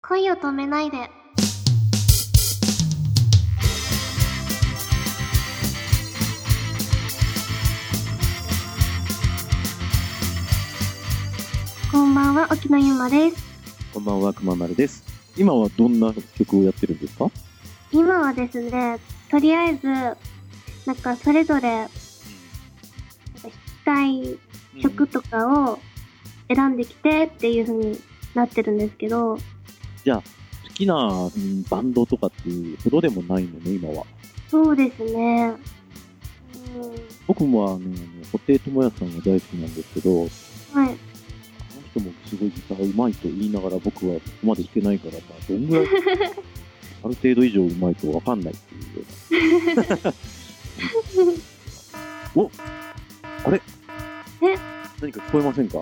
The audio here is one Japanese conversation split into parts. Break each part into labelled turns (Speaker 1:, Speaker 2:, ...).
Speaker 1: 恋を止めないで。こんばんは、沖野ゆまです。
Speaker 2: こんばんは、くままるです。今はどんな曲をやってるんですか
Speaker 1: 今はですね、とりあえず、なんかそれぞれなんか弾きたい曲とかを選んできてっていう風になってるんですけど、
Speaker 2: じゃあ、好きな、うんバンドとかっていうほどでもないのね、今は。
Speaker 1: そうですね。
Speaker 2: 僕もあの、布袋寅泰さんが大好きなんですけど、あの
Speaker 1: うん、はい。
Speaker 2: 人もすごいギターうまいと言いながら僕はここまで弾けないからさ、どんぐらい、ある程度以上うまいとわかんないっていうような。おあれ
Speaker 1: え
Speaker 2: 何か聞こえませんか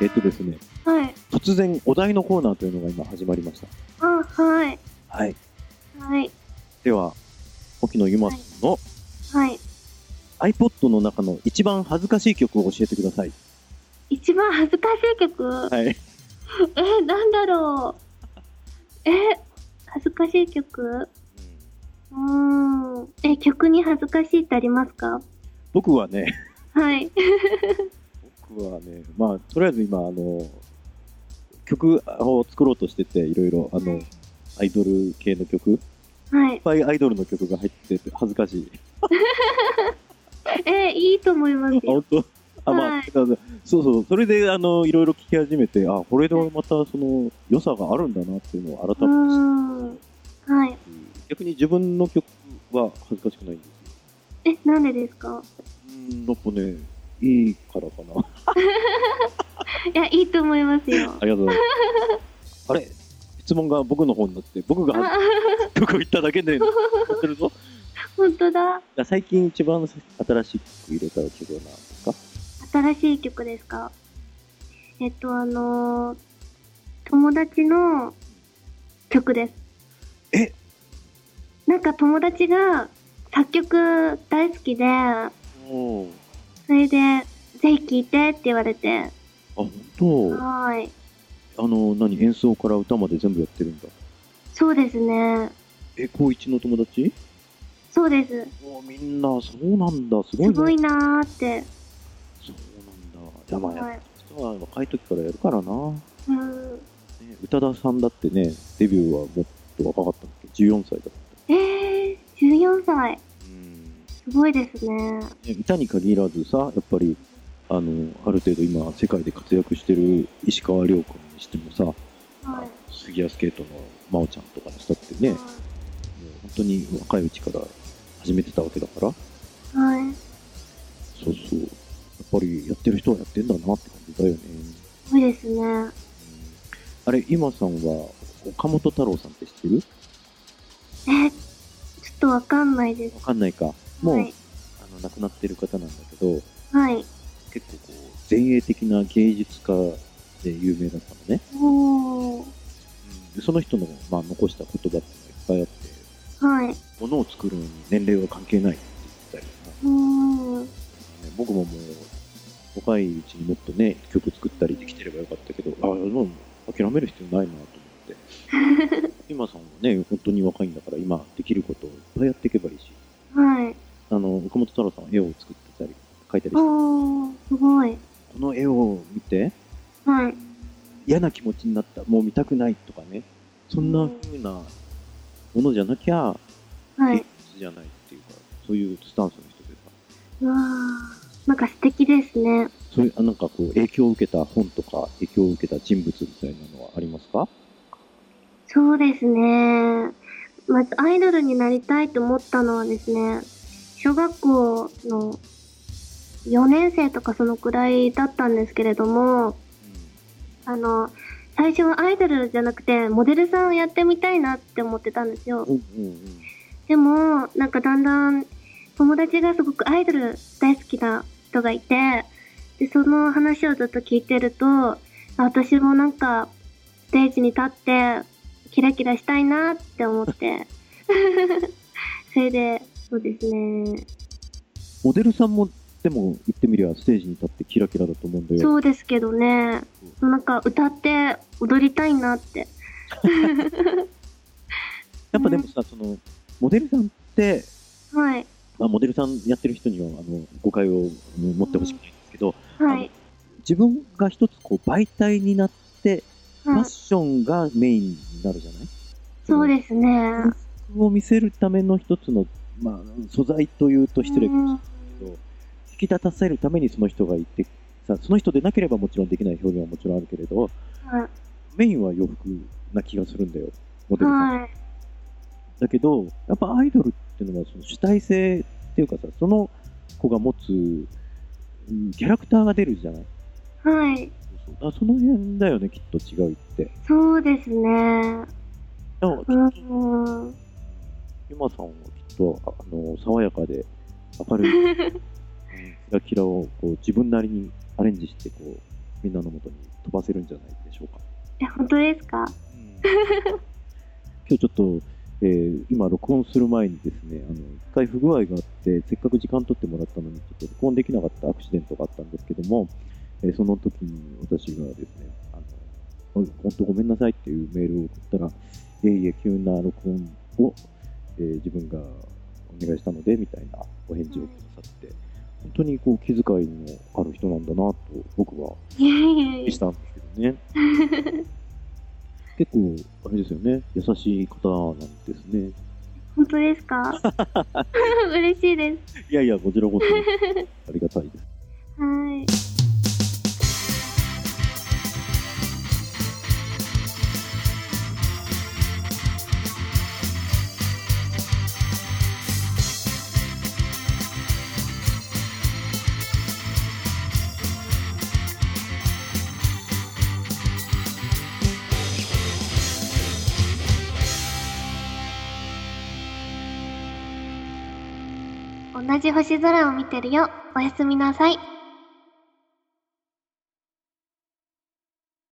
Speaker 2: えっとですね、
Speaker 1: はい。
Speaker 2: 突然お題のコーナーというのが今始まりました。
Speaker 1: あ、はい。
Speaker 2: はい。
Speaker 1: はい。
Speaker 2: では、沖野ゆまさんの
Speaker 1: はい。
Speaker 2: iPod の中の一番恥ずかしい曲を教えてください。
Speaker 1: 一番恥ずかしい曲、
Speaker 2: はい。
Speaker 1: え、なんだろう。え、恥ずかしい曲うーん。え、曲に恥ずかしいってありますか
Speaker 2: 僕はね、
Speaker 1: はい。
Speaker 2: 僕はね、まあ、とりあえず今、あの、曲を作ろうとしてて、いろいろ、あの、アイドル系の曲、いっ
Speaker 1: はい。
Speaker 2: ぱいアイドルの曲が入ってて、恥ずかしい。
Speaker 1: え、いいと思いますよ。
Speaker 2: 本当あ、まあ、
Speaker 1: はい
Speaker 2: だからそうそう、それで、あの、いろいろ聴き始めて、あ、これでまた、その、良さがあるんだなっていうのを
Speaker 1: うー
Speaker 2: 改めて
Speaker 1: ん。はい。
Speaker 2: 逆に自分の曲は恥ずかしくないんですよ。
Speaker 1: え、なんでですか
Speaker 2: うん、なんかね、いいからかな。
Speaker 1: いや、いいと思いますよ。
Speaker 2: ありがとうござ います。あれ質問が僕の方になって、僕が
Speaker 1: あ、
Speaker 2: 曲を言っただけで、やってるぞ。
Speaker 1: 本当だ。
Speaker 2: 最近一番新しく入れた曲は何ですか
Speaker 1: 新しい曲ですかえっと、あのー友達の曲です。
Speaker 2: え
Speaker 1: なんか友達が作曲大好きで、
Speaker 2: おあ、
Speaker 1: それで、ぜひ聴いてって言われて、
Speaker 2: 本当。
Speaker 1: はーい。
Speaker 2: あの、何演奏から歌まで全部やってるんだ。
Speaker 1: そうですね。
Speaker 2: え、高一の友達
Speaker 1: そうです。
Speaker 2: おみんな、そうなんだ。すごい
Speaker 1: す
Speaker 2: ね。
Speaker 1: ごいなーって。
Speaker 2: そうなんだ。じゃあまあ、
Speaker 1: はい
Speaker 2: 人は若い時からやるからな。ね
Speaker 1: うん。
Speaker 2: 宇多田さんだってね、デビューはもっと若かったんだっけ ?14 歳だった。
Speaker 1: えー、14歳。
Speaker 2: うん
Speaker 1: すごいですね。
Speaker 2: ね歌に限らずさやっぱりあのある程度今世界で活躍してる石川遼君にしてもさ、
Speaker 1: はい。
Speaker 2: 杉谷スケートの真央ちゃんとかにしたってね、
Speaker 1: うん
Speaker 2: もう本当に若いうちから始めてたわけだから
Speaker 1: はい。
Speaker 2: そうそうやっぱりやってる人はやってんだなって感じだよね、
Speaker 1: すごいですね。
Speaker 2: あれ今さんは岡本太郎さんって知ってる
Speaker 1: えー、ちょっとわかんないです
Speaker 2: わ。かんないかもう、
Speaker 1: はい。
Speaker 2: あの亡くなってる方なんだけど
Speaker 1: はい。
Speaker 2: 結構こう前衛的な芸術家で有名だったのね
Speaker 1: おー。
Speaker 2: でその人の、まあ、残した言葉っていうのがいっぱいあって、
Speaker 1: はい。
Speaker 2: 物を作るのに年齢は関係ないって言ってたりとか
Speaker 1: うーん。う
Speaker 2: ね、僕ももう、若いうちにもっとね、曲作ったりできてればよかったけど、ああ、でも諦める必要ないなと思って。今さんはね、本当に若いんだから、今できることをいっぱいやっていけばいいし、
Speaker 1: はい。
Speaker 2: あの、岡本太郎さんは絵を作ってたり、描いたりして、こ
Speaker 1: おー。すごい。
Speaker 2: の絵を見て、
Speaker 1: はい。
Speaker 2: 嫌な気持ちになった、もう見たくないとかね、そんな風なものじゃなきゃ、
Speaker 1: は
Speaker 2: 芸
Speaker 1: い
Speaker 2: 術。じゃないっていうか、そういうスタンスの人でさ、
Speaker 1: うわー。なんか素敵ですね。
Speaker 2: そういう、あなんかこう、影響を受けた本とか、影響を受けた人物みたいなのはありますか
Speaker 1: そうですね。まずアイドルになりたいと思ったのはですね、小学校の4年生とかそのくらいだったんですけれども、あの、最初はアイドルじゃなくてモデルさんをやってみたいなって思ってたんですよ。
Speaker 2: うん、うん、うん。
Speaker 1: でも、なんかだんだん友達がすごくアイドル大好きな人がいて、で、その話をずっと聞いてると、あ私もなんか、ステージに立って、キラキラしたいなって思って。 それで、そうですね。
Speaker 2: モデルさんも、でも、言ってみりゃ、ステージに立ってキラキラだと思うんだよ。
Speaker 1: そうですけどね、なんか歌って踊りたいなって
Speaker 2: やっぱでもさ、その、モデルさんって、
Speaker 1: はい。
Speaker 2: まあ、モデルさんやってる人には、あの、誤解をあの持ってほしくないんですけど、
Speaker 1: はい。
Speaker 2: 自分が一つこう媒体になって、ファ
Speaker 1: は
Speaker 2: ッ
Speaker 1: い、
Speaker 2: ションがメインになるじゃない
Speaker 1: そうですね。
Speaker 2: を見せるための一つの、まあ、素材というと失礼かもしれないけど、引き立たせるためにその人がいてさその人でなければもちろんできない表現はもちろんあるけれど
Speaker 1: は
Speaker 2: メインは洋服な気がするんだよモ
Speaker 1: い。
Speaker 2: デルさん、
Speaker 1: はい。
Speaker 2: だけどやっぱアイドルっていうのはその主体性っていうかさその子が持つ、うんキャラクターが出るじゃない
Speaker 1: はい。
Speaker 2: そうそうあその辺だよねきっと違うって
Speaker 1: そうですね。
Speaker 2: だからきっ
Speaker 1: う
Speaker 2: と
Speaker 1: ん。
Speaker 2: ゆまさんはきっとああの爽やかで明るいうんキラキラをこう自分なりにアレンジしてこうみんなのもとに飛ばせるんじゃないでしょうか、
Speaker 1: え、本当ですか
Speaker 2: 今日ちょっと、えー今録音する前にですねあの一回不具合があってせっかく時間取ってもらったのにちょっと録音できなかったアクシデントがあったんですけども、えーその時に私がですねあの本当ごめんなさいっていうメールを送ったらいえいえ急な録音を、えー自分がお願いしたのでみたいなお返事をくださって、本当にこう気遣いのある人なんだなと僕はい
Speaker 1: やいやい
Speaker 2: で
Speaker 1: や
Speaker 2: し。たんですけどね。結構、あれですよね、優しい方なんですね。
Speaker 1: 本当ですか嬉しいです。
Speaker 2: いやいや、こちらこそ、ありがたいです。
Speaker 1: はい。同じ星空を見てるよ。おやすみなさい。